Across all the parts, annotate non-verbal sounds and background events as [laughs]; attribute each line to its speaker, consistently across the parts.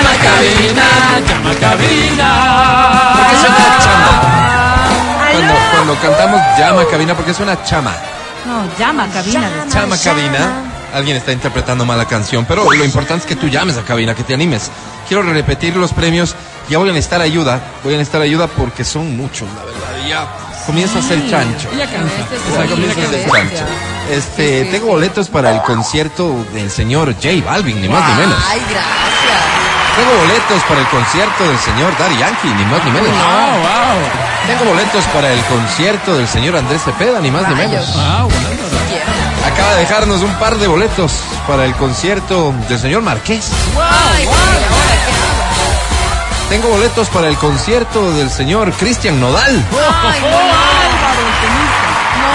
Speaker 1: cabina, llama cabina.
Speaker 2: Porque es
Speaker 3: Ah.
Speaker 2: una chama. Cuando, cuando cantamos llama cabina, porque es una chama.
Speaker 3: No, llama, cabina. de-
Speaker 2: Chama cabina. Alguien está interpretando mala canción, pero lo importante es que tú llames a cabina, que te animes. Quiero repetir los premios. Ya voy a necesitar ayuda. Voy a necesitar ayuda porque son muchos, la verdad. Ya comienza a ser chancho.
Speaker 1: Ya cansa.
Speaker 2: Esa camisa es de Sancho. Este, tengo boletos para el concierto del señor J Balvin, ni más ni menos.
Speaker 4: Ay,
Speaker 5: [laughs]
Speaker 4: gracias.
Speaker 2: Tengo boletos para el concierto del señor Daddy Yankee, ni más ni menos.
Speaker 1: Wow, wow.
Speaker 2: Tengo boletos para el concierto del señor Andrés Cepeda, ni más ni menos.
Speaker 1: Wow, volando.
Speaker 2: Acaba de dejarnos un par de boletos para el concierto del señor Marqués.
Speaker 4: Ay, bueno, ahora qué
Speaker 2: Tengo boletos para el concierto del señor Cristian Nodal.
Speaker 4: hago. Ay, no, no,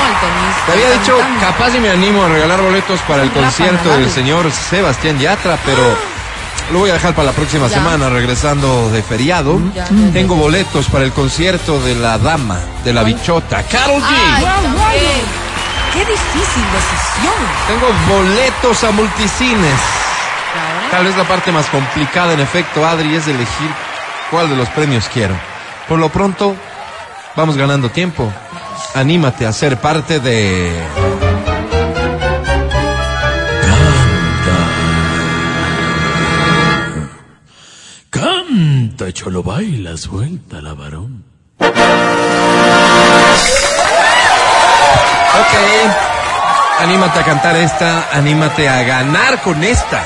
Speaker 4: el tenista.
Speaker 2: Te había dicho, capaz y me animo a regalar boletos para el concierto del señor Sebastián Yatra, pero lo voy a dejar para la próxima semana, regresando de feriado. Tengo boletos para el concierto de la dama, de la bichota, Carol
Speaker 4: Ay,
Speaker 2: G.
Speaker 4: también. Qué difícil decisión.
Speaker 2: Tengo boletos a multicines. Tal vez la parte más complicada, en efecto, Adri, es elegir cuál de los premios quiero. Por lo pronto, vamos ganando tiempo. Anímate a ser parte de...
Speaker 1: Canta, cholo, baila, suelta la varón.
Speaker 2: Ok, anímate a cantar esta, anímate a ganar con esta.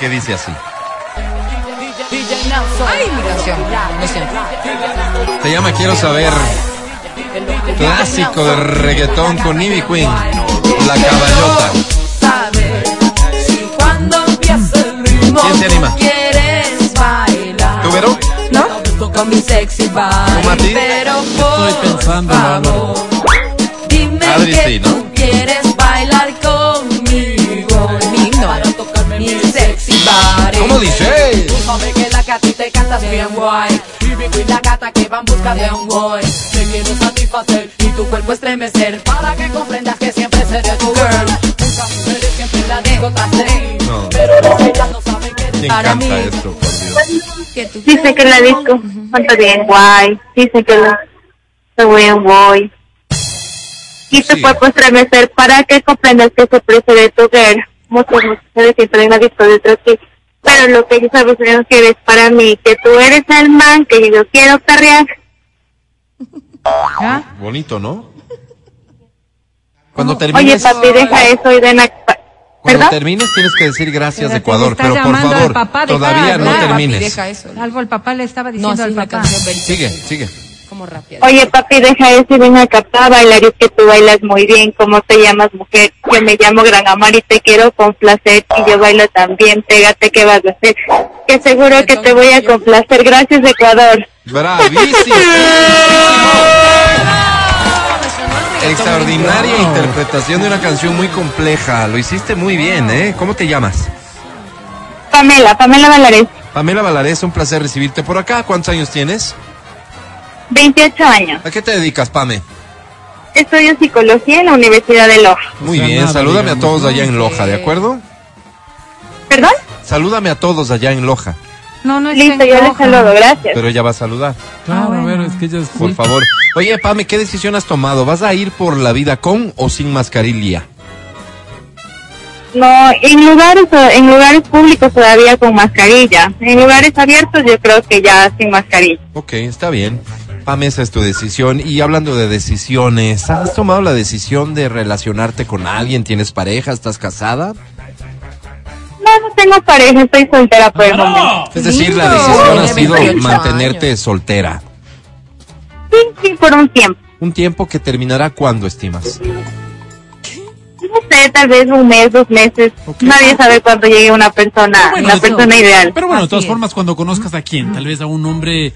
Speaker 2: ¿Qué dice así?
Speaker 4: Ay, mi canción. Lo siento.
Speaker 2: Se llama Quiero Saber, clásico de reggaetón con Ivy Queen, La Caballota.
Speaker 5: saber si cuando empieza el ritmo
Speaker 2: ¿Quién se anima?
Speaker 5: quieres bailar.
Speaker 2: ¿Tú, Vero?
Speaker 5: ¿No? Con mi sexy
Speaker 2: Mati?
Speaker 5: body, pero por
Speaker 1: Estoy pensando,
Speaker 5: favor, dime
Speaker 2: Adri
Speaker 5: que
Speaker 2: sí, ¿no?
Speaker 5: tú quieres bailar conmigo.
Speaker 4: Lindo.
Speaker 5: Para tocarme mi sexy body.
Speaker 2: ¿Cómo dice?
Speaker 5: Tú sabes que la que a ti te cantas bien guay. Vive y la gata que va en busca de un boy. Te quiero satisfacer y tu cuerpo estremecer. Para que comprendas que siempre seré tu girl. Muchas mujeres siempre la dejo tras de mí,
Speaker 2: No.
Speaker 5: Pero las ellas no saben que
Speaker 2: ¿Quién
Speaker 5: para mí.
Speaker 2: canta esto, por Dios?
Speaker 4: Que tú
Speaker 6: Dice que en la disco canta bien guay. Dice que lo se bien guay. Y se
Speaker 2: Sí.
Speaker 6: fue por estremecer para que comprendas que se precede tu guerra. Muchos mujeres siempre en la disco detrás de ti. Pero lo que yo sabes no quieres para mí. Que tú eres el man que yo quiero carrear.
Speaker 3: ¿Ah?
Speaker 2: Bonito, ¿no? Cuando
Speaker 6: Oye,
Speaker 2: termines,
Speaker 6: papi, deja eso y ven acá.
Speaker 2: cuando
Speaker 6: ¿Verdad?
Speaker 2: termines tienes que decir gracias
Speaker 3: Espérate,
Speaker 2: Ecuador,
Speaker 3: está
Speaker 2: pero por
Speaker 3: llamando al
Speaker 2: favor,
Speaker 3: papá de
Speaker 2: todavía
Speaker 3: cada
Speaker 2: no
Speaker 3: rato.
Speaker 4: Papi,
Speaker 2: termines.
Speaker 4: deja eso.
Speaker 3: Algo el papá le estaba
Speaker 4: No,
Speaker 3: diciendo
Speaker 4: así
Speaker 3: al
Speaker 4: es la
Speaker 3: papá.
Speaker 4: canción. Benito.
Speaker 2: Sigue, sigue.
Speaker 4: Como rápida.
Speaker 6: Oye, papi, deja eso y ven acá. Ah, Bailarín, que tú bailas muy bien. ¿Cómo te llamas, mujer? Yo me llamo Gran Amar y te quiero complacer. Y yo bailo también. Pégate, ¿qué vas a hacer? Que seguro que te voy a complacer. Gracias, Ecuador.
Speaker 2: Bravísimo. Extraordinaria interpretación de una canción muy compleja. Lo hiciste muy bien, ¿eh? ¿Cómo te llamas?
Speaker 6: Pamela, Pamela Bailarín,
Speaker 2: Pamela Valarés, un placer recibirte por acá. ¿Cuántos años tienes?
Speaker 6: 28 años.
Speaker 2: ¿A qué te dedicas, Pame?
Speaker 6: Estudio psicología en la Universidad de Loja.
Speaker 2: Muy
Speaker 1: O sea,
Speaker 2: bien,
Speaker 1: Pues nada,
Speaker 2: salúdame a
Speaker 1: digamos.
Speaker 2: todos allá en Loja, ¿de acuerdo?
Speaker 6: ¿Perdón?
Speaker 2: Salúdame a todos allá en Loja,
Speaker 3: No,
Speaker 7: Pues
Speaker 3: no es
Speaker 6: Listo, yo les saludo. Gracias.
Speaker 2: pero ella va a saludar,
Speaker 1: Claro,
Speaker 3: Ah, bueno.
Speaker 1: Vero, es que ella es
Speaker 2: por favor. Oye, Pame, ¿qué decisión has tomado? ¿Vas a ir por la vida con o sin mascarilla?
Speaker 6: No, en lugares, en lugares públicos todavía con mascarilla. En lugares abiertos yo creo que ya sin mascarilla.
Speaker 2: Ok, está bien. Pam, esa es tu decisión. Y hablando de decisiones, ¿has tomado la decisión de relacionarte con alguien? ¿Tienes pareja? ¿Estás casada?
Speaker 6: No, no tengo pareja, estoy soltera por el momento.
Speaker 2: Es decir, la
Speaker 4: Lindo.
Speaker 2: decisión ha
Speaker 4: Tiene
Speaker 2: sido
Speaker 4: 28
Speaker 2: mantenerte soltera.
Speaker 6: Sí, sí, por un tiempo.
Speaker 2: Un tiempo que terminará cuando estimas.
Speaker 6: No sé, tal vez un mes, dos meses.
Speaker 1: Ok.
Speaker 6: Nadie sabe cuándo llegue una persona,
Speaker 1: Bueno,
Speaker 6: la
Speaker 1: eso-
Speaker 6: persona ideal.
Speaker 1: Pero bueno, de
Speaker 3: Así
Speaker 1: todas
Speaker 3: es.
Speaker 1: formas, cuando conozcas a quién, tal vez a un hombre,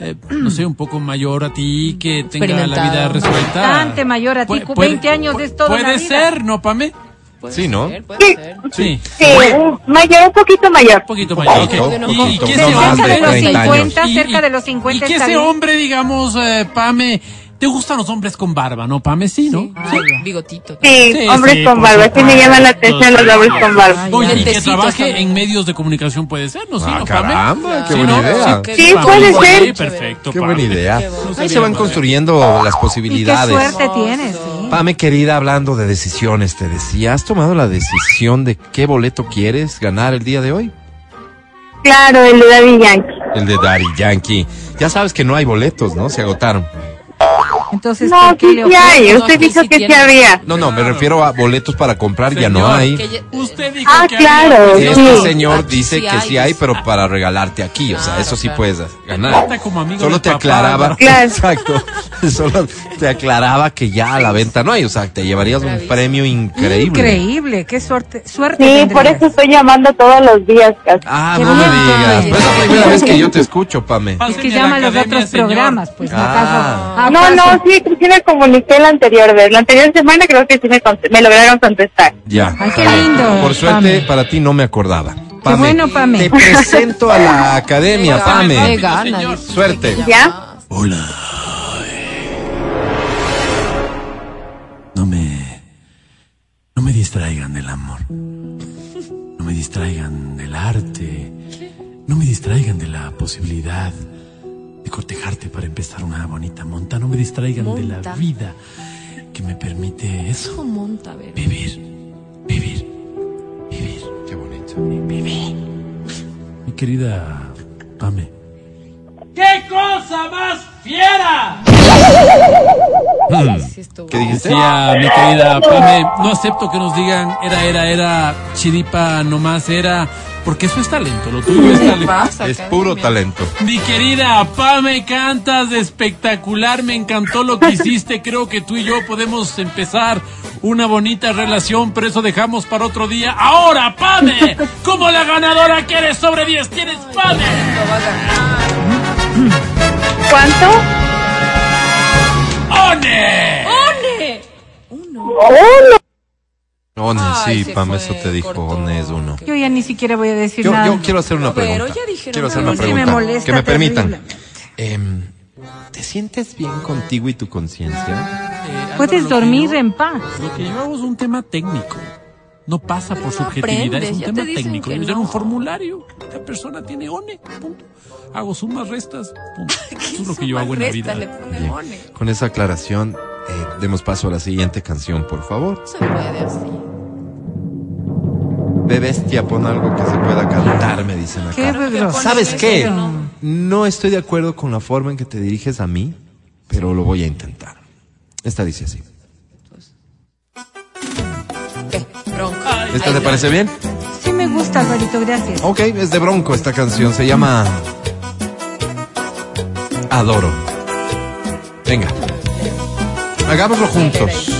Speaker 1: eh, no sé, un poco mayor a ti, que tenga la vida
Speaker 4: Experimentado.
Speaker 1: resuelta.
Speaker 3: Bastante mayor a ti,
Speaker 1: Pu-
Speaker 3: cu-
Speaker 1: puede-
Speaker 3: 20 años
Speaker 1: pu-
Speaker 3: es toda
Speaker 1: Puede
Speaker 3: una vida.
Speaker 1: ser, ¿no, Pame?
Speaker 4: Puede
Speaker 2: Sí, ¿no?
Speaker 4: ser, puede ser.
Speaker 1: Sí.
Speaker 6: Sí, un mayor, un poquito mayor.
Speaker 1: Un poquito mayor. ok.
Speaker 2: poquito,
Speaker 1: Y-
Speaker 2: un
Speaker 1: y
Speaker 2: poquito
Speaker 1: que
Speaker 2: más
Speaker 1: ese
Speaker 2: de
Speaker 1: hombre-
Speaker 2: 30 años.
Speaker 3: Cerca de los
Speaker 1: Y- y-
Speaker 3: 50
Speaker 1: Y que
Speaker 3: está
Speaker 1: ese
Speaker 3: bien.
Speaker 1: hombre, digamos, eh, Pame, ¿Te gustan los hombres con barba, no, Pame? Sí, ¿no?
Speaker 3: ah,
Speaker 4: Ay, bigotito.
Speaker 6: Sí,
Speaker 1: Sí,
Speaker 6: hombres
Speaker 1: sí,
Speaker 6: con
Speaker 1: por
Speaker 6: barba. Sí me
Speaker 1: supuesto.
Speaker 6: llaman la atención los hombres con barba.
Speaker 4: Ay,
Speaker 1: Oye, y que
Speaker 4: lentecitos
Speaker 1: trabaje
Speaker 4: también.
Speaker 1: en medios de comunicación puede ser, ¿no? Sí,
Speaker 2: Ah,
Speaker 1: ¿no, Pame?
Speaker 2: caramba, qué
Speaker 1: Sí,
Speaker 2: buena
Speaker 1: ¿no?
Speaker 2: idea.
Speaker 4: qué
Speaker 6: Sí,
Speaker 4: rico.
Speaker 6: puede
Speaker 1: Sí,
Speaker 6: ser.
Speaker 1: perfecto.
Speaker 2: Qué buena
Speaker 1: Pame.
Speaker 2: idea.
Speaker 1: bueno.
Speaker 2: Ahí se van construyendo las
Speaker 3: Y qué
Speaker 2: posibilidades.
Speaker 3: suerte tienes. sí.
Speaker 2: Pame, querida, hablando de decisiones, te decía, ¿has tomado la decisión de qué boleto quieres ganar el día de hoy?
Speaker 6: Claro, el de Daddy Yankee.
Speaker 2: El de Daddy Yankee. Ya sabes que no hay boletos, ¿no? Se agotaron.
Speaker 3: Entonces,
Speaker 6: No,
Speaker 3: ¿por qué
Speaker 6: sí,
Speaker 3: le
Speaker 6: sí
Speaker 3: ofreces?
Speaker 6: hay.
Speaker 4: No,
Speaker 6: Usted
Speaker 4: aquí
Speaker 6: dijo
Speaker 4: sí
Speaker 6: que sí
Speaker 4: tiene.
Speaker 6: había.
Speaker 2: No, no, me refiero a boletos para comprar, ya no
Speaker 1: Señor,
Speaker 2: hay.
Speaker 4: Que ya-
Speaker 1: Usted dijo
Speaker 6: Ah,
Speaker 1: que
Speaker 6: claro,
Speaker 1: había-
Speaker 6: sí.
Speaker 2: Este
Speaker 4: Ah,
Speaker 2: señor dice
Speaker 4: sí
Speaker 2: que
Speaker 4: hay,
Speaker 2: sí hay,
Speaker 4: dice.
Speaker 2: pero para regalarte aquí, o sea,
Speaker 4: Claro,
Speaker 2: eso sí
Speaker 4: claro.
Speaker 2: puedes ganar.
Speaker 1: Trata como amigo
Speaker 2: Solo
Speaker 1: de
Speaker 2: te
Speaker 1: papá,
Speaker 2: aclaraba, [laughs]
Speaker 1: ¿no?
Speaker 6: Claro.
Speaker 2: exacto, solo te aclaraba que ya a la venta no hay, o sea, te llevarías un
Speaker 4: Bravísimo.
Speaker 2: premio increíble.
Speaker 3: Increíble, qué suerte. Suerte.
Speaker 6: Sí,
Speaker 3: tendrías.
Speaker 6: por eso estoy llamando todos los días casi.
Speaker 2: Ah,
Speaker 3: Qué
Speaker 2: no me
Speaker 3: bonito. eh.
Speaker 2: digas.
Speaker 3: Ay,
Speaker 2: Pues es la
Speaker 4: qué
Speaker 2: primera vez que
Speaker 6: bonito.
Speaker 2: yo te escucho, Pame.
Speaker 3: Es que
Speaker 1: Pásenle
Speaker 3: llama a
Speaker 1: la
Speaker 3: los
Speaker 1: academia,
Speaker 3: otros
Speaker 1: señor.
Speaker 3: programas, pues no
Speaker 2: Ah.
Speaker 3: acaso.
Speaker 6: No,
Speaker 3: ¿Acaso?
Speaker 6: no, sí, sí me comuniqué la anterior vez. La anterior semana creo que sí me, cont- me lograron contestar.
Speaker 2: Ya.
Speaker 3: Ay, qué lindo,
Speaker 2: Por suerte,
Speaker 3: Pame.
Speaker 2: para ti no me acordaba. Pame,
Speaker 3: bueno, Pame.
Speaker 2: Te presento a la academia,
Speaker 4: Qué
Speaker 2: Pame.
Speaker 4: gana, qué gana,
Speaker 1: Señor.
Speaker 4: dice.
Speaker 2: Suerte.
Speaker 6: ¿Ya?
Speaker 1: Hola. No me. No me distraigan del amor. No me distraigan del arte. No me distraigan de la posibilidad de cortejarte para empezar una bonita monta. No me distraigan de la
Speaker 4: Monta.
Speaker 1: vida que me permite eso.
Speaker 4: ¿Cómo monta, a ver?
Speaker 1: Vivir. Vivir. Vivir.
Speaker 2: Qué bonito.
Speaker 1: Vivir. Mi querida Pame.
Speaker 4: Sí, estuvo.
Speaker 2: ¿Qué dijiste?
Speaker 1: Decía mi querida Pame, no acepto que nos digan era, era, era, chiripa, nomás era, porque eso es talento, lo tuyo es
Speaker 4: ¿Qué
Speaker 1: talento.
Speaker 4: pasa,
Speaker 2: Es
Speaker 4: Carmen?
Speaker 2: puro talento.
Speaker 1: Mi querida Pame, cantas espectacular, me encantó lo que hiciste, creo que tú y yo podemos empezar una bonita relación, pero eso dejamos para otro día. Ahora, Pame, como la ganadora que eres sobre 10, tienes Pame,
Speaker 4: Lo va a ganar.
Speaker 6: ¿Cuánto?
Speaker 1: ¡One!
Speaker 6: Uno.
Speaker 2: Ones,
Speaker 4: Ay,
Speaker 2: sí,
Speaker 4: se
Speaker 2: Pame,
Speaker 4: fue,
Speaker 2: eso te dijo
Speaker 4: cortó.
Speaker 2: Ones uno.
Speaker 3: pues, Yo ya ni siquiera voy a decir
Speaker 2: Yo,
Speaker 3: nada.
Speaker 2: yo quiero hacer una
Speaker 4: Pero
Speaker 2: pregunta.
Speaker 4: ya dijeron
Speaker 2: quiero hacer
Speaker 4: algo
Speaker 2: una
Speaker 3: que me
Speaker 2: pregunta.
Speaker 3: molesta
Speaker 2: que me permitan.
Speaker 3: terriblemente.
Speaker 2: Em, ¿Te sientes bien contigo y tu
Speaker 4: Ah,
Speaker 2: conciencia?
Speaker 1: Ah,
Speaker 3: Puedes dormir en paz.
Speaker 1: Lo que yo hago es un tema técnico. No pasa por
Speaker 4: no
Speaker 1: subjetividad,
Speaker 4: aprendes,
Speaker 1: es un
Speaker 4: ya
Speaker 1: tema
Speaker 4: te dicen
Speaker 1: técnico.
Speaker 4: que
Speaker 1: Yo lleno un
Speaker 4: no.
Speaker 1: formulario. La persona tiene ONE. Punto. Hago sumas, restas.
Speaker 4: [laughs]
Speaker 1: Punto. Eso es lo que yo hago en la vida.
Speaker 4: Resta, le pone
Speaker 2: Bien.
Speaker 4: one.
Speaker 2: Con esa aclaración, eh, demos paso a la siguiente canción, por favor.
Speaker 4: No se puede así.
Speaker 2: Ve bestia, pon algo que se pueda cantar, me dicen
Speaker 3: Qué
Speaker 2: acá.
Speaker 3: grosso.
Speaker 2: ¿Sabes
Speaker 4: Eso
Speaker 2: qué?
Speaker 4: yo no.
Speaker 2: No estoy de acuerdo con la forma en que te diriges a mí, pero lo voy a intentar. Esta dice así.
Speaker 4: ¿Qué? Bronco.
Speaker 2: ¿Esta te parece bien?
Speaker 3: Sí me gusta, Alvarito, gracias.
Speaker 2: Ok, es de Bronco esta canción, se llama Adoro. Venga, hagámoslo juntos.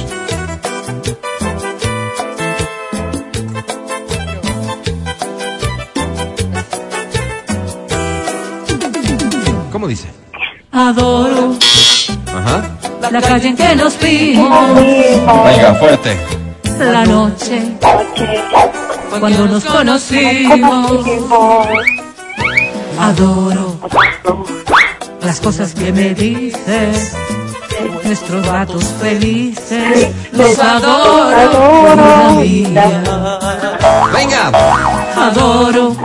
Speaker 2: ¿Cómo dice?
Speaker 3: Adoro
Speaker 2: Ajá.
Speaker 3: la calle en que nos
Speaker 2: Venga, fuerte.
Speaker 3: la noche cuando nos conocimos. Adoro las cosas que me dices, nuestros ratos felices, los adoro, vida mía.
Speaker 2: Venga.
Speaker 3: adoro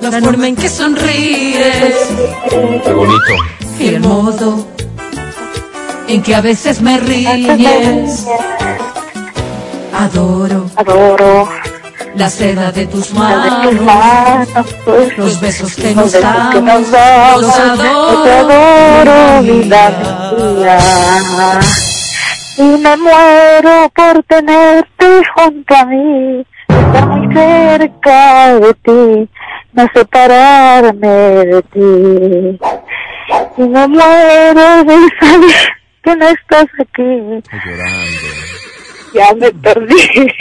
Speaker 3: la forma en que sonríes
Speaker 2: Qué bonito.
Speaker 3: y el modo en que a veces me riñes. Adoro
Speaker 6: Adoro.
Speaker 3: la seda de tus
Speaker 6: Las de tus
Speaker 3: manos.
Speaker 6: manos, pues,
Speaker 3: Ah. Los besos que
Speaker 6: los
Speaker 3: nos
Speaker 6: besos que
Speaker 3: damos,
Speaker 6: nos damos.
Speaker 3: los
Speaker 6: Te
Speaker 3: adoro,
Speaker 6: adoro, vida mía. Y me muero por tenerte junto a mí. Estar muy cerca de ti. No separarme de ti. Y me muero de saber que no estás aquí.
Speaker 2: Estoy llorando.
Speaker 6: Ya me perdí.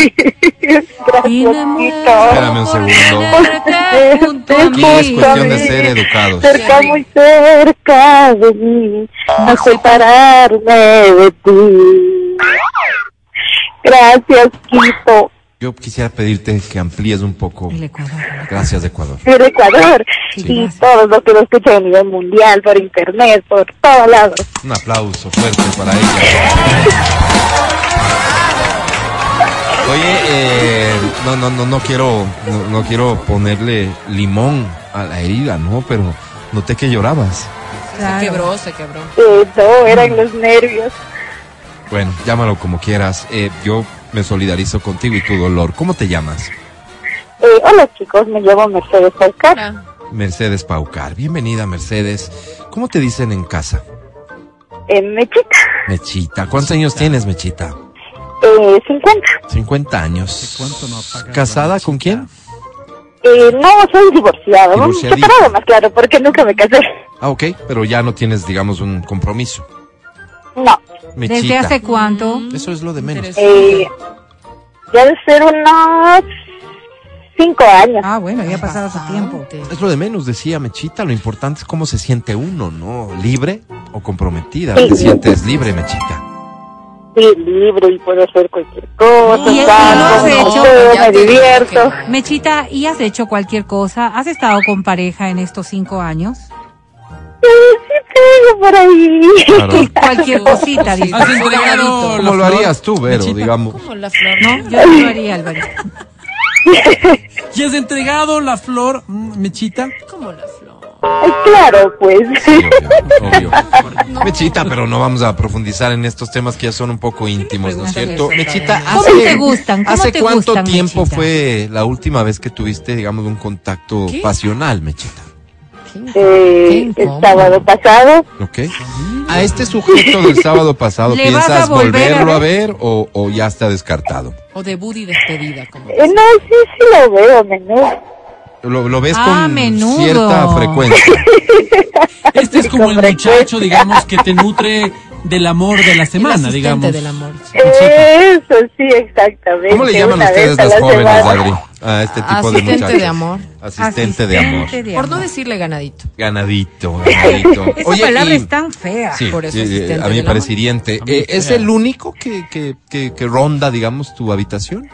Speaker 3: Y me
Speaker 6: Gracias,
Speaker 2: Espérame un segundo.
Speaker 3: tenerte junto a
Speaker 6: Aquí
Speaker 2: Aquí es
Speaker 3: mí.
Speaker 2: cuestión de ser educados.
Speaker 6: cerca, muy cerca de mí, no separarme de ti. Gracias, Quito.
Speaker 2: Yo quisiera pedirte que amplíes un poco.
Speaker 7: El Ecuador.
Speaker 2: Gracias, Ecuador.
Speaker 6: El Ecuador
Speaker 7: Sí,
Speaker 6: y
Speaker 7: gracias.
Speaker 6: todos los que lo escuchan a nivel mundial, por internet, por todos lados.
Speaker 2: Un aplauso fuerte para ella. Oye, eh, no, no, no, no quiero, no, no quiero ponerle limón a la herida, ¿no? Pero noté que llorabas.
Speaker 7: Claro.
Speaker 4: Se quebró, se quebró.
Speaker 6: Eh, no, eran los nervios.
Speaker 2: Bueno, llámalo como quieras. Eh, yo me solidarizo contigo y tu dolor. ¿Cómo te llamas?
Speaker 6: Eh, hola chicos, me llamo Mercedes Alcar.
Speaker 4: Ah,
Speaker 2: Mercedes Paucar. Bienvenida, Mercedes. ¿Cómo te dicen en casa?
Speaker 6: Eh, Mechita,
Speaker 2: Mechita. ¿Cuántos años tienes, Mechita?
Speaker 6: eh, 50.
Speaker 2: 50 años.
Speaker 1: ¿Cuánto no apagas la
Speaker 2: ¿Casada con quién?
Speaker 6: Eh, no, soy divorciada, ¿no?
Speaker 2: Divorciadita.
Speaker 6: separada más claro, porque nunca me casé. [laughs]
Speaker 2: Ah, ok, pero ya no tienes, digamos, un compromiso.
Speaker 6: No,
Speaker 2: Mechita.
Speaker 7: ¿Desde hace cuánto?
Speaker 6: Mm.
Speaker 2: Eso es lo de menos.
Speaker 4: Interesante.
Speaker 6: eh, ya de ser unos cinco años.
Speaker 7: Ah, bueno, ya ha pasado su
Speaker 4: Ah,
Speaker 7: tiempo.
Speaker 2: Es lo de menos, decía Mechita. Lo importante es cómo se siente uno, ¿no? ¿Libre o comprometida?
Speaker 6: Sí.
Speaker 2: ¿Te sientes libre, Mechita?
Speaker 6: Sí, libre y puedo hacer cualquier cosa,
Speaker 7: ¿Y eso
Speaker 6: salgo,
Speaker 7: lo has
Speaker 6: me
Speaker 7: hecho?
Speaker 6: paseo,
Speaker 4: Ya
Speaker 6: me
Speaker 4: te digo
Speaker 6: divierto.
Speaker 4: que no.
Speaker 7: Mechita, ¿y has hecho cualquier cosa? ¿Has estado con pareja en estos cinco años?
Speaker 6: Sí, sí, [laughs] tengo por ahí.
Speaker 2: Claro.
Speaker 7: Cualquier cosita, dice.
Speaker 4: Has
Speaker 2: ¿Cómo lo harías tú, Vero, digamos?
Speaker 4: Como la flor,
Speaker 7: ¿No? Yo no lo haría, Álvaro.
Speaker 8: ¿Y has entregado la flor, mm,
Speaker 4: [laughs]
Speaker 8: Mechita?
Speaker 4: Como la flor.
Speaker 6: [laughs] Ay, claro, pues.
Speaker 2: Sí, obvio, obvio. Mechita, pero no vamos a profundizar en estos temas que ya son un poco íntimos, ¿no es cierto? Mechita,
Speaker 7: ¿Cómo
Speaker 2: hace,
Speaker 7: te gustan? ¿Cómo
Speaker 2: ¿hace
Speaker 7: te
Speaker 2: cuánto
Speaker 7: gustan,
Speaker 2: tiempo
Speaker 7: Mechita?
Speaker 2: fue la última vez que tuviste, digamos, un contacto
Speaker 4: ¿Qué?
Speaker 2: pasional, Mechita?
Speaker 6: [laughs]
Speaker 4: Qué
Speaker 6: Eh, el
Speaker 4: incómodo.
Speaker 6: sábado pasado,
Speaker 2: ¿Ok? A este sujeto del sábado pasado,
Speaker 7: ¿Le vas
Speaker 2: ¿piensas
Speaker 7: a volver a
Speaker 2: volverlo a ver o, o ya está descartado?
Speaker 4: O de y despedida, como.
Speaker 6: eh, no, sí, sí lo veo a menudo.
Speaker 2: Lo, lo ves
Speaker 7: Ah,
Speaker 2: con
Speaker 7: menudo.
Speaker 2: cierta frecuencia.
Speaker 8: Este es como el
Speaker 6: Hombre,
Speaker 8: muchacho, digamos,
Speaker 4: [laughs]
Speaker 8: que te nutre del amor de la
Speaker 4: El
Speaker 8: semana,
Speaker 4: asistente
Speaker 8: digamos.
Speaker 4: del amor. Eh,
Speaker 6: Eso, sí, exactamente.
Speaker 2: ¿Cómo le llaman
Speaker 6: Una
Speaker 2: ustedes
Speaker 6: vez a
Speaker 2: las
Speaker 6: la
Speaker 2: jóvenes,
Speaker 6: semana.
Speaker 2: Adri? A este tipo de
Speaker 4: Asistente
Speaker 2: muchachos.
Speaker 4: de amor.
Speaker 2: Asistente de amor.
Speaker 7: Asistente de
Speaker 4: Por no
Speaker 7: amor.
Speaker 4: decirle ganadito.
Speaker 7: [laughs]
Speaker 2: Ganadito, ganadito.
Speaker 7: Esa palabra
Speaker 2: y-
Speaker 7: es tan fea.
Speaker 2: Sí,
Speaker 4: Por eso
Speaker 2: sí,
Speaker 4: asistente
Speaker 2: eh, a mí me
Speaker 4: del
Speaker 2: parece
Speaker 4: amor.
Speaker 2: hiriente.
Speaker 8: A mí
Speaker 2: Eh, ¿Es
Speaker 8: fea.
Speaker 2: el único que, que, que, que ronda, digamos, tu habitación?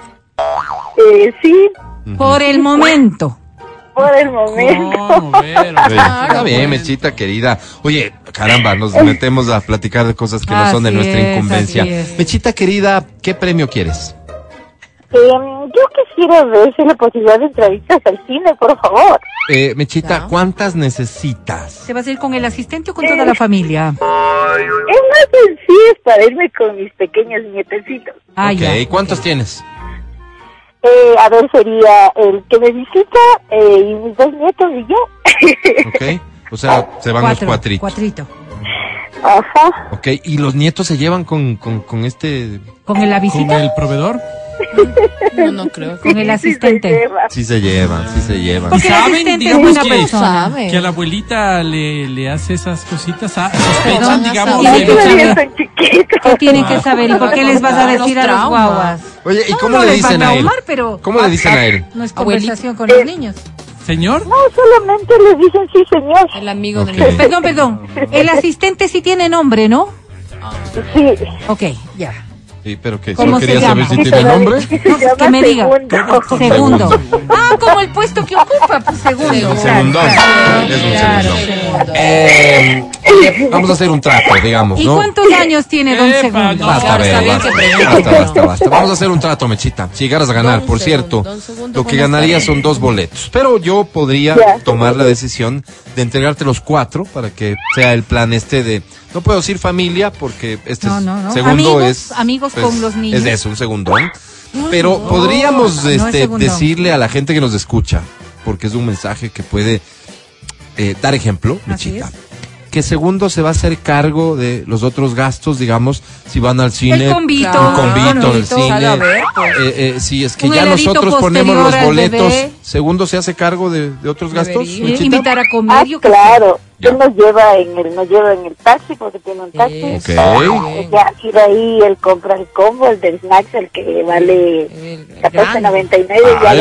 Speaker 6: Eh, sí,
Speaker 7: Por el momento.
Speaker 6: por el momento.
Speaker 8: ¿Cómo,
Speaker 6: [laughs]
Speaker 8: Vero?
Speaker 7: Ah,
Speaker 2: Está bien, Mechita querida. Oye, caramba, nos metemos a platicar de cosas que no son de
Speaker 7: Así
Speaker 2: nuestra
Speaker 7: es,
Speaker 2: incumbencia.
Speaker 7: así es.
Speaker 2: Mechita querida, ¿qué premio quieres?
Speaker 6: Em, yo quisiera ver si hay la posibilidad de entrevistas al cine, por favor.
Speaker 2: Eh, Mechita,
Speaker 4: Ya.
Speaker 2: ¿cuántas necesitas?
Speaker 7: ¿Te vas a ir con el asistente o con toda la familia?
Speaker 6: Es más en sí es para irme con mis pequeños nietecitos.
Speaker 7: Ah,
Speaker 2: ok,
Speaker 7: ya.
Speaker 2: ¿cuántos tienes?
Speaker 6: Eh, a ver, sería el que me visita eh, y mis dos nietos y yo. [laughs]
Speaker 2: Ok, o
Speaker 7: [laughs]
Speaker 2: sea, se van los
Speaker 7: Cuatro,
Speaker 2: cuatritos.
Speaker 7: cuatrito.
Speaker 6: Ajá.
Speaker 2: Ok, ¿y los nietos se llevan con, con, con este...?
Speaker 7: ¿Con el
Speaker 8: ¿Con
Speaker 7: visita?
Speaker 8: el proveedor?
Speaker 4: No, no creo.
Speaker 7: Con el asistente.
Speaker 2: Sí se llevan, sí se llevan.
Speaker 7: Porque el
Speaker 8: ¿Saben?
Speaker 7: asistente es
Speaker 8: Digamos
Speaker 7: buena
Speaker 8: que-
Speaker 7: persona.
Speaker 4: sabe.
Speaker 8: Que a la abuelita le, le hace esas cositas, ah, sospechan,
Speaker 4: Perdón,
Speaker 8: digamos,
Speaker 4: no
Speaker 8: de
Speaker 4: sabía.
Speaker 6: Ellos todavía
Speaker 8: Mechita.
Speaker 6: son chiquitos.
Speaker 7: ¿Qué tienen que saber? ¿Y por qué les vas a
Speaker 4: Los
Speaker 7: decir a los
Speaker 4: traumas.
Speaker 7: guaguas?
Speaker 2: Oye, ¿y
Speaker 7: No,
Speaker 2: cómo
Speaker 7: no
Speaker 2: le
Speaker 7: les va a
Speaker 2: dicen a él?
Speaker 7: traumar, pero- ah,
Speaker 2: ¿Cómo le dicen a él?
Speaker 7: No es
Speaker 4: Abuelita.
Speaker 7: conversación con los niños.
Speaker 8: Señor,
Speaker 6: No, solamente les dicen sí, señor.
Speaker 4: El amigo
Speaker 2: Ok.
Speaker 4: del.
Speaker 7: Perdón, perdón. El asistente sí tiene nombre, ¿no?
Speaker 6: Sí.
Speaker 7: Ok, ya.
Speaker 2: Sí, pero que solo
Speaker 7: ¿Cómo se
Speaker 2: quería
Speaker 7: llama?
Speaker 2: saber si
Speaker 6: Sí,
Speaker 2: tiene
Speaker 6: todavía-
Speaker 2: nombre.
Speaker 6: sí, se llama
Speaker 7: Que me diga.
Speaker 6: segundo.
Speaker 7: Segundo. Ah, como el puesto que ocupa, pues segundo.
Speaker 2: Segundón. Es un segundón. Eh, oye, vamos a hacer un trato, digamos,
Speaker 7: ¿Y
Speaker 2: ¿no?
Speaker 7: cuántos años tiene don
Speaker 8: Epa,
Speaker 7: Segundo? ¿Eh?
Speaker 8: no.
Speaker 2: Basta,
Speaker 4: Claro, está
Speaker 2: Vero,
Speaker 4: bien
Speaker 2: basta,
Speaker 4: que
Speaker 2: basta,
Speaker 4: pregunte, ¿no?
Speaker 2: basta,
Speaker 7: [laughs]
Speaker 2: basta. Vamos a hacer un trato, Mechita. Si llegaras a ganar,
Speaker 4: Don
Speaker 2: por
Speaker 4: Segundo,
Speaker 2: cierto,
Speaker 4: Don Segundo,
Speaker 2: lo que
Speaker 4: buenas
Speaker 2: ganaría
Speaker 4: tardes.
Speaker 2: son dos boletos. Pero yo podría
Speaker 6: Ya.
Speaker 2: tomar la decisión de entregarte los cuatro para que sea el plan este de. No puedo decir familia porque este
Speaker 7: No,
Speaker 2: es-
Speaker 7: no, no.
Speaker 2: segundo
Speaker 7: Amigos,
Speaker 2: es.
Speaker 7: amigos con los niños.
Speaker 2: Es eso, un segundón. Pero podríamos
Speaker 7: no es
Speaker 2: este,
Speaker 7: segundón.
Speaker 2: decirle a la gente que nos escucha, porque es un mensaje que puede eh, dar ejemplo,
Speaker 7: Así
Speaker 2: Mechita. Que segundo se va a hacer cargo de los otros gastos, digamos, si van al cine.
Speaker 7: El convito,
Speaker 2: Un convito, el
Speaker 7: el convito.
Speaker 2: cine.
Speaker 4: Sal a ver, pues.
Speaker 2: Eh, eh, si es que
Speaker 7: Un
Speaker 2: ya
Speaker 7: heladito
Speaker 2: nosotros ponemos
Speaker 7: posterior
Speaker 2: los
Speaker 7: al
Speaker 2: boletos,
Speaker 7: bebé.
Speaker 2: segundo se hace cargo de, de otros gastos.
Speaker 4: Debería.
Speaker 7: Y-
Speaker 2: Luchita?
Speaker 7: Invitar a
Speaker 6: Ah,
Speaker 7: comer. yo qué sé.
Speaker 6: claro.
Speaker 2: Ya.
Speaker 6: Él nos lleva en el, nos lleva en el taxi porque tiene un taxi.
Speaker 4: Eso.
Speaker 2: Ok.
Speaker 6: Eh, Ya, y de ahí él compra el combo, el del snacks, el que vale
Speaker 4: El grande.
Speaker 6: 14.99 y
Speaker 2: Ay,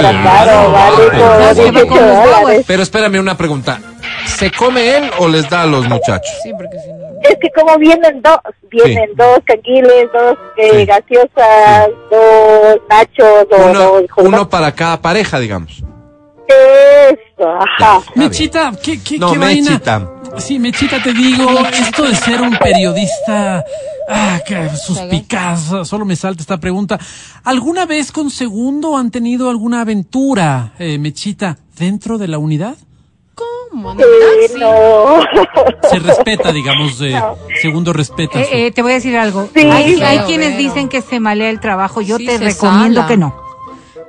Speaker 2: claro,
Speaker 6: agrandado,
Speaker 2: claro.
Speaker 6: vale
Speaker 7: Se
Speaker 6: por
Speaker 7: va
Speaker 6: 18
Speaker 7: con los guaguas.
Speaker 6: dólares.
Speaker 2: Pero espérame una pregunta. ¿Se come él o les da a los muchachos?
Speaker 4: Sí, porque si no.
Speaker 9: Es que como vienen dos, vienen
Speaker 2: Sí.
Speaker 9: dos canguiles, dos eh,
Speaker 2: Sí.
Speaker 9: gaseosas, dos nachos, dos,
Speaker 2: Uno,
Speaker 9: dos-
Speaker 2: uno para cada pareja, digamos.
Speaker 9: Eso, ajá.
Speaker 2: Está bien.
Speaker 1: Mechita, ¿qué, qué,
Speaker 2: No,
Speaker 1: qué vaina?
Speaker 2: Mechita.
Speaker 1: Sí, Mechita, te digo, esto de ser un periodista ah, que suspicaz, solo me salta esta pregunta. ¿Alguna vez con Segundo han tenido alguna aventura, eh, Mechita, dentro de la unidad?
Speaker 4: ¿Cómo? No,
Speaker 9: Eh,
Speaker 4: sí.
Speaker 9: no.
Speaker 6: [laughs]
Speaker 1: Se respeta, digamos, eh, Segundo respeta. su-
Speaker 7: Eh, eh, te voy a decir algo.
Speaker 9: Sí.
Speaker 7: hay hay
Speaker 4: Vero,
Speaker 7: quienes
Speaker 4: Vero.
Speaker 7: dicen que se malea el trabajo. Yo
Speaker 4: Sí,
Speaker 7: te
Speaker 4: se
Speaker 7: recomiendo
Speaker 4: sala.
Speaker 7: que no.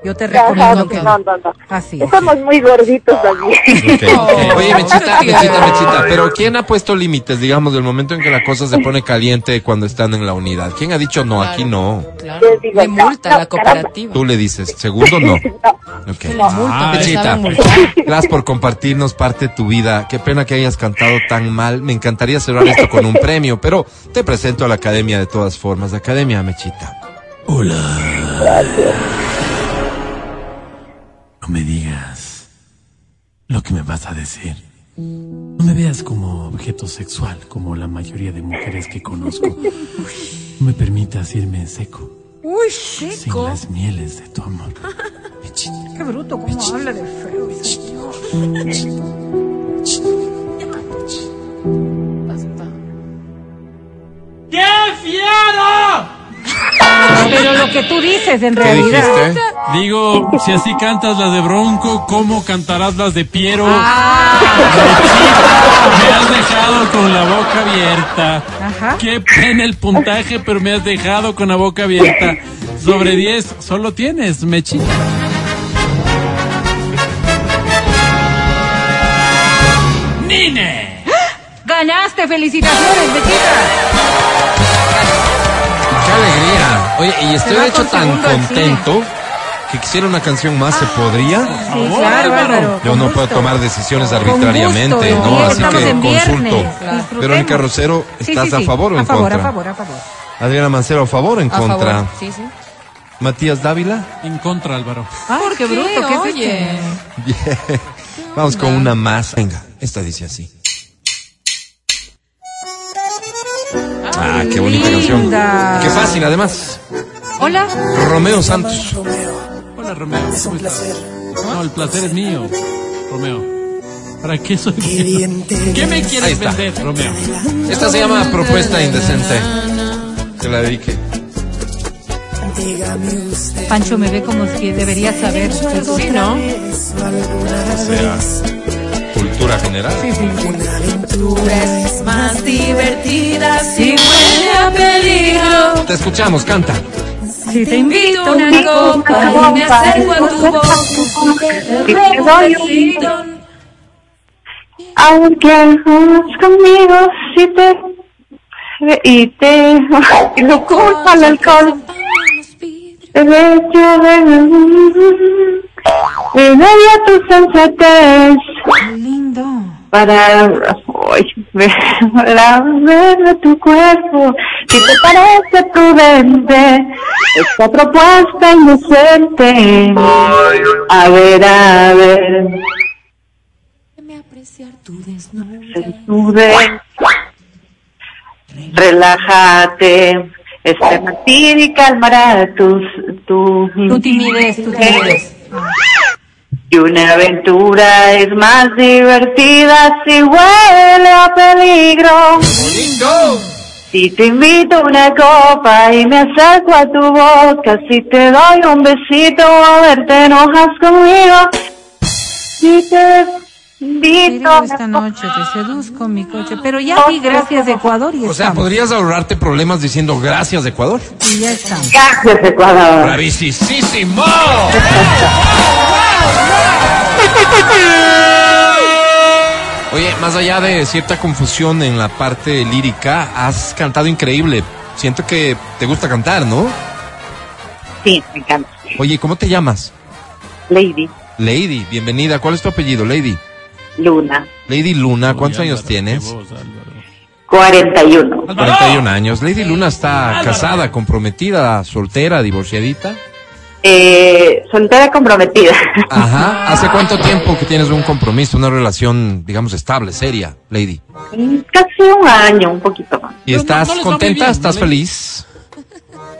Speaker 7: Yo te
Speaker 9: Ajá,
Speaker 7: recomiendo
Speaker 9: no,
Speaker 7: que
Speaker 9: no,
Speaker 7: no.
Speaker 9: no, no.
Speaker 7: Así es.
Speaker 9: Estamos muy gorditos también.
Speaker 2: Ah,
Speaker 7: [laughs]
Speaker 2: Ok, [laughs] ok. Oye, Mechita,
Speaker 9: [laughs]
Speaker 4: Sí.
Speaker 2: Mechita, Mechita, pero ¿quién ha puesto límites, digamos, del momento en que la cosa se pone caliente cuando están en la unidad? ¿Quién ha dicho no,
Speaker 4: Claro.
Speaker 2: aquí no?
Speaker 4: Claro.
Speaker 9: Yo digo,
Speaker 4: Le
Speaker 9: no,
Speaker 4: multa
Speaker 9: no,
Speaker 4: la cooperativa.
Speaker 2: Tú le dices, segundo
Speaker 7: [laughs]
Speaker 2: no. Ok.
Speaker 4: Le multa,
Speaker 1: Ah,
Speaker 4: le
Speaker 2: Mechita,
Speaker 4: saben multar.
Speaker 2: gracias por compartirnos parte de tu vida. Qué pena que hayas cantado tan mal. Me encantaría cerrar esto con un premio, pero te presento a la academia de todas formas. Academia Mechita.
Speaker 10: Hola. No me digas lo que me vas a decir. No me veas como objeto sexual, como la mayoría de mujeres que conozco. No me permitas irme en seco,
Speaker 7: Uy,
Speaker 10: sin
Speaker 7: seco.
Speaker 10: las mieles de tu amor. Mechita,
Speaker 7: Qué bruto, cómo habla de feo. ese señor.
Speaker 4: Basta.
Speaker 7: Pero lo que tú dices, en
Speaker 2: ¿Qué
Speaker 7: realidad.
Speaker 2: dijiste?
Speaker 1: Digo, si así cantas las de Bronco, ¿cómo cantarás las de Piero?
Speaker 7: Ah,
Speaker 1: Me has dejado con la boca abierta.
Speaker 7: Ajá.
Speaker 1: Qué pena el puntaje, pero me has dejado con la boca abierta. Sobre 10, solo tienes, Mechita. ¡Nine!
Speaker 7: Ganaste, felicitaciones, Betita.
Speaker 2: ¡Qué alegría! Oye, y estoy
Speaker 7: Se va
Speaker 2: de hecho
Speaker 7: con
Speaker 2: tan
Speaker 7: segundo al cine.
Speaker 2: contento que quisiera una canción más, ¿se podría?
Speaker 7: Sí,
Speaker 1: favor,
Speaker 7: claro,
Speaker 1: Álvaro.
Speaker 7: Álvaro.
Speaker 2: Yo
Speaker 7: con
Speaker 2: no puedo
Speaker 7: gusto.
Speaker 2: tomar decisiones
Speaker 7: Con gusto,
Speaker 2: arbitrariamente,
Speaker 7: y
Speaker 2: ¿no? Así
Speaker 7: estamos
Speaker 2: que
Speaker 7: en viernes,
Speaker 2: consulto.
Speaker 7: disfrutemos.
Speaker 2: Verónica Rosero,
Speaker 7: Sí,
Speaker 2: ¿estás
Speaker 7: sí,
Speaker 2: a
Speaker 7: sí.
Speaker 2: favor o en
Speaker 7: A favor,
Speaker 2: contra?
Speaker 7: a favor, a favor.
Speaker 2: Adriana Mancero, ¿a favor o en
Speaker 4: A
Speaker 2: contra?
Speaker 4: favor. Sí, sí.
Speaker 2: Matías Dávila. [laughs]
Speaker 1: En contra, Álvaro.
Speaker 7: ¿Por Ah, qué bruto? ¿Qué es
Speaker 4: Oye.
Speaker 7: este?
Speaker 2: Bien. Vamos con una más. Venga, esta dice así. Ah, qué bonita
Speaker 7: linda.
Speaker 2: canción. Qué fácil, además.
Speaker 7: Hola.
Speaker 2: Romeo Santos.
Speaker 1: Hola, Romeo. Es un placer. No, el placer es mío, Romeo. ¿Para qué soy bueno? ¿Qué me
Speaker 2: Ahí
Speaker 1: quieres
Speaker 2: está.
Speaker 1: vender, Romeo?
Speaker 2: Esta se llama Propuesta Indecente. Te la dediqué.
Speaker 7: Pancho me ve como si debería saber. Sí, ¿no?
Speaker 2: O sea, cultura general.
Speaker 4: Más divertida si huele a peligro.
Speaker 2: Te escuchamos, canta.
Speaker 7: Si te invito a una
Speaker 9: Sí,
Speaker 7: copa
Speaker 9: una
Speaker 7: y me
Speaker 9: copa,
Speaker 7: acerco a tu
Speaker 9: una copa,
Speaker 7: voz,
Speaker 9: una copa,
Speaker 7: te
Speaker 9: te
Speaker 7: ruego
Speaker 9: doy
Speaker 7: un
Speaker 9: un
Speaker 7: besito.
Speaker 9: Aunque algunos conmigo sí te y te [laughs] y lo culpa al alcohol. Te veo de de media tu sensatez
Speaker 7: Lindo.
Speaker 9: para ay, [laughs] para ver de tu cuerpo si te parece prudente esta propuesta inocente. A ver, a ver. desnude. Relájate. Este latir y calmará tus, tu,
Speaker 7: Tu timidez, tu timidez.
Speaker 9: Y una aventura es más divertida si huele a peligro. Si te invito a una copa y me acerco a tu boca, si te doy un besito, a ver, te enojas conmigo. Si te invito
Speaker 7: Digo
Speaker 9: a una
Speaker 7: esta
Speaker 9: copa-
Speaker 7: noche, te seduzco mi coche. Pero ya vi gracias de Ecuador y
Speaker 2: O sea, pues,
Speaker 7: estamos.
Speaker 2: podrías ahorrarte problemas diciendo gracias, Ecuador.
Speaker 7: Y ya estamos.
Speaker 9: Gracias, Ecuador.
Speaker 2: ¡Bravísimo! Oye, más allá de cierta confusión en la parte lírica, has cantado increíble. Siento que te gusta cantar, ¿no?
Speaker 9: Sí, me encanta.
Speaker 2: Oye, ¿cómo te llamas?
Speaker 9: Lady
Speaker 2: Lady, bienvenida. ¿Cuál es tu apellido, Lady?
Speaker 9: Luna,
Speaker 2: Lady Luna, ¿cuántos
Speaker 1: Oye,
Speaker 2: años
Speaker 1: Álvaro,
Speaker 2: tienes?
Speaker 1: qué voz, Álvaro.
Speaker 9: 41.
Speaker 2: 41 años. Lady Luna está casada, comprometida, soltera, divorciadita.
Speaker 9: eh, soltera comprometida. [laughs]
Speaker 2: Ajá. ¿Hace cuánto tiempo que tienes un compromiso, una relación, digamos, estable, seria, Lady?
Speaker 7: Pues
Speaker 9: Casi un año, un poquito más.
Speaker 2: ¿Y
Speaker 1: Pero no-
Speaker 2: estás
Speaker 1: no les va muy
Speaker 2: contenta?
Speaker 1: bien,
Speaker 2: ¿Estás
Speaker 1: ¿no?
Speaker 2: feliz?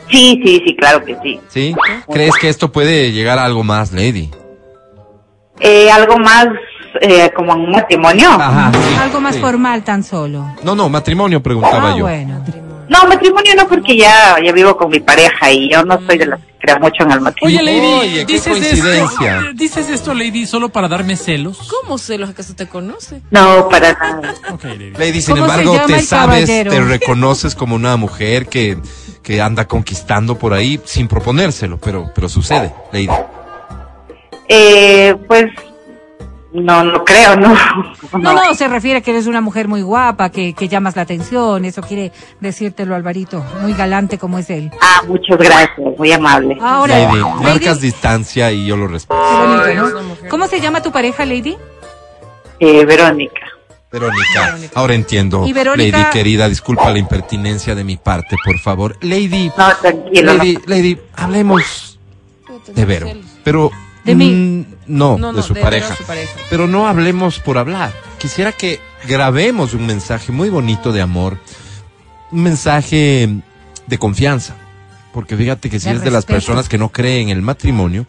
Speaker 9: Sí, sí, sí, claro que sí.
Speaker 2: ¿Sí? ¿Crees que esto puede llegar a algo más, Lady?
Speaker 9: Eh, algo más eh, como un matrimonio.
Speaker 2: Ajá. sí,
Speaker 7: Algo más
Speaker 2: sí.
Speaker 7: formal tan solo.
Speaker 2: No, no, matrimonio preguntaba
Speaker 7: Ah,
Speaker 2: yo.
Speaker 7: bueno.
Speaker 9: No, matrimonio no, porque ya, ya vivo con mi pareja y yo no soy de las que crea mucho en el matrimonio.
Speaker 1: Oye, Lady,
Speaker 2: Oye, qué
Speaker 1: dices
Speaker 2: coincidencia.
Speaker 11: [laughs]
Speaker 1: esto. Dices esto, Lady, solo para darme celos.
Speaker 4: ¿Cómo se los acaso te conoce?
Speaker 9: No, para nada.
Speaker 1: Ok, Lady.
Speaker 2: Lady, sin
Speaker 7: ¿Cómo se
Speaker 2: embargo,
Speaker 7: llama
Speaker 2: te
Speaker 7: el
Speaker 2: sabes,
Speaker 7: caballero?
Speaker 2: te reconoces como una mujer que, que anda conquistando por ahí sin proponérselo, pero, pero sucede, Lady.
Speaker 9: Eh, pues, no, no creo, no.
Speaker 7: No, no, se refiere a que eres una mujer muy guapa, que, que llamas la atención. Eso quiere decírtelo, Alvarito. Muy galante como es él.
Speaker 9: Ah, muchas gracias, muy amable.
Speaker 7: Ahora,
Speaker 2: Lady,
Speaker 7: Lady,
Speaker 2: marcas distancia y yo lo respeto.
Speaker 7: qué bonito, ¿no? ¿Cómo se llama tu pareja, Lady?
Speaker 9: Eh, Verónica.
Speaker 2: Verónica, ahora entiendo.
Speaker 7: Y Verónica-
Speaker 2: Lady, querida, disculpa la impertinencia de mi parte, por favor. Lady,
Speaker 9: No, tranquilo.
Speaker 2: Lady, Lady, hablemos de Vero, pero...
Speaker 7: De mí.
Speaker 2: mm, No,
Speaker 4: No, no,
Speaker 2: de su
Speaker 4: de Vero,
Speaker 2: pareja.
Speaker 4: su pareja.
Speaker 2: Pero no hablemos por hablar. Quisiera que grabemos un mensaje muy bonito de amor, un mensaje de confianza. Porque fíjate que si
Speaker 7: De
Speaker 2: eres de las
Speaker 7: respeto.
Speaker 2: personas que no cree en el matrimonio,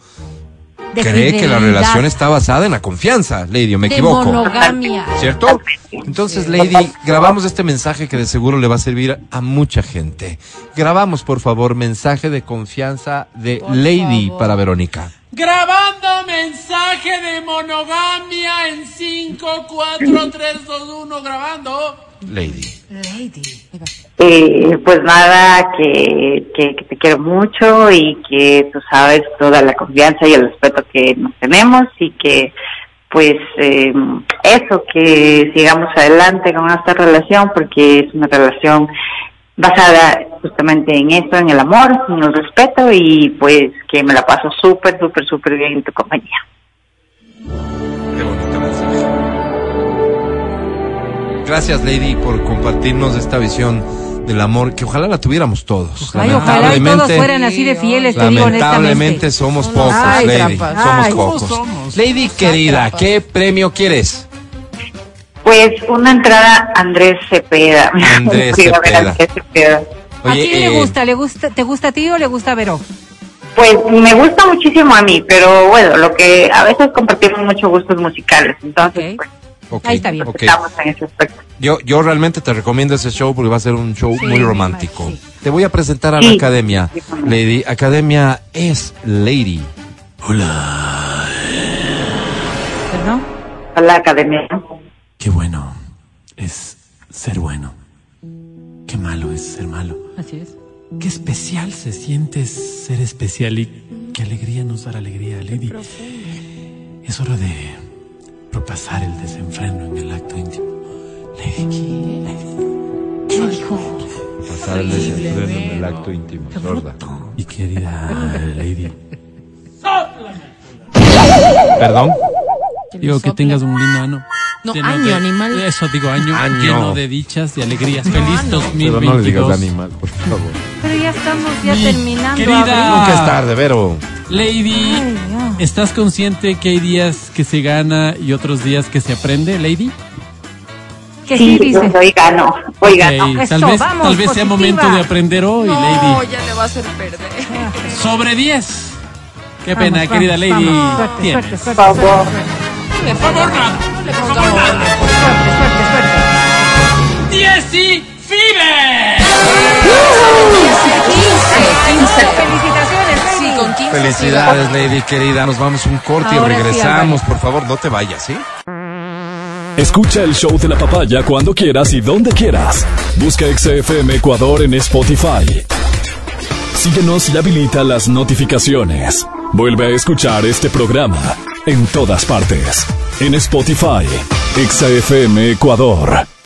Speaker 7: De
Speaker 2: cree que la
Speaker 7: fidelidad,
Speaker 2: relación está basada en la confianza, Lady, ¿o me
Speaker 4: de
Speaker 2: equivoco.
Speaker 4: monogamia.
Speaker 2: ¿Cierto? Entonces, Lady, grabamos este mensaje que de seguro le va a servir a mucha gente. Grabamos, por favor, mensaje de confianza de
Speaker 4: Por
Speaker 2: Lady
Speaker 4: favor.
Speaker 2: para Verónica.
Speaker 1: Grabando mensaje de monogamia en 5, 4, 3, 2, 1, grabando.
Speaker 2: Lady.
Speaker 9: Eh, pues nada, que, que, que te quiero mucho y que tú sabes toda la confianza y el respeto que nos tenemos y que pues eh, eso, que sigamos adelante con esta relación porque es una relación basada justamente en eso, en el amor, en el respeto y pues que me la paso súper, súper, súper bien en tu compañía.
Speaker 2: Qué bonito mensaje. Gracias, Lady, por compartirnos esta visión del amor que ojalá la tuviéramos todos.
Speaker 7: Ay, ojalá y todos fueran así de fieles, te digo honestamente.
Speaker 2: lamentablemente somos pocos,
Speaker 7: Ay,
Speaker 2: Lady.
Speaker 7: trampa.
Speaker 2: Somos
Speaker 7: Ay.
Speaker 2: pocos.
Speaker 1: Somos.
Speaker 2: Lady querida, ¿qué premio quieres?
Speaker 9: Pues una entrada Andrés Cepeda. [laughs]
Speaker 2: Andrés
Speaker 9: Sí, a ver,
Speaker 2: Cepeda.
Speaker 9: Andrés Cepeda.
Speaker 7: ¿A
Speaker 2: Oye,
Speaker 7: quién le
Speaker 2: eh,
Speaker 7: gusta? ¿Le gusta? ¿Te gusta a ti o le gusta a Vero?
Speaker 9: Pues me gusta muchísimo a mí, pero bueno, lo que a veces compartimos muchos gustos musicales, entonces
Speaker 7: Ok.
Speaker 9: pues,
Speaker 2: ok,
Speaker 7: Ahí está bien.
Speaker 2: ok.
Speaker 9: estamos en ese aspecto.
Speaker 2: Yo, yo realmente te recomiendo ese show porque va a ser un show
Speaker 7: Sí,
Speaker 2: muy
Speaker 7: me
Speaker 2: romántico.
Speaker 7: imagino,
Speaker 2: Te voy a presentar a la
Speaker 9: Sí.
Speaker 2: academia.
Speaker 9: Sí, por favor.
Speaker 2: Lady, academia es Lady.
Speaker 7: ¿Perdón?
Speaker 9: A la academia.
Speaker 11: Qué bueno es ser bueno. Qué malo es ser malo.
Speaker 7: Así es.
Speaker 11: Qué especial se siente ser especial y qué alegría nos dar alegría, Lady. Es hora de propasar el desenfreno en el acto íntimo. Lady,
Speaker 2: Pasar el desenfreno en el acto íntimo. Sorda.
Speaker 11: mi querida Lady,
Speaker 2: Perdón.
Speaker 1: Digo que tengas un lindo año.
Speaker 4: No,
Speaker 1: Lleno
Speaker 4: año,
Speaker 1: de-
Speaker 4: animal.
Speaker 1: Eso digo, año,
Speaker 2: Año.
Speaker 1: lleno de dichas, de alegrías. Feliz
Speaker 4: no.
Speaker 1: 2022.
Speaker 2: por favor.
Speaker 7: Pero ya estamos ya
Speaker 1: Mi
Speaker 7: terminando.
Speaker 1: querida-
Speaker 2: [laughs]
Speaker 7: Abril.
Speaker 2: Nunca es tarde, Vero.
Speaker 1: Lady,
Speaker 7: Dios.
Speaker 1: ¿estás consciente que hay días que se gana y otros días que se aprende, Lady?
Speaker 7: Que sí, dice.
Speaker 9: pues, hoy gano, hoy gano.
Speaker 1: Ok,
Speaker 7: Eso,
Speaker 1: tal vez,
Speaker 7: vamos,
Speaker 1: tal vez
Speaker 7: positiva.
Speaker 1: sea momento de aprender hoy,
Speaker 4: No,
Speaker 1: Lady.
Speaker 4: ya le va a hacer perder.
Speaker 1: Sobre 10. Qué
Speaker 7: Vamos,
Speaker 1: pena,
Speaker 7: vamos,
Speaker 1: querida Lady.
Speaker 7: vamos. Suerte,
Speaker 1: tienes.
Speaker 7: suerte, suerte,
Speaker 9: Por favor.
Speaker 4: Por favor, no. le pongamos nada.
Speaker 7: suerte, suerte.
Speaker 1: 10 y FIBE.
Speaker 4: 15, 15.
Speaker 7: Felicitaciones,
Speaker 4: Sí,
Speaker 7: Lady.
Speaker 4: con 15.
Speaker 2: Felicidades, Lady querida. Nos vamos un corte
Speaker 7: Ahora
Speaker 2: y
Speaker 7: sí,
Speaker 2: regresamos. por favor, no te vayas, ¿sí?
Speaker 12: Escucha el show de la papaya cuando quieras y donde quieras. Busca XFM Ecuador en Spotify. Síguenos y habilita las notificaciones. Vuelve a escuchar este programa en todas partes. En Spotify, XFM Ecuador.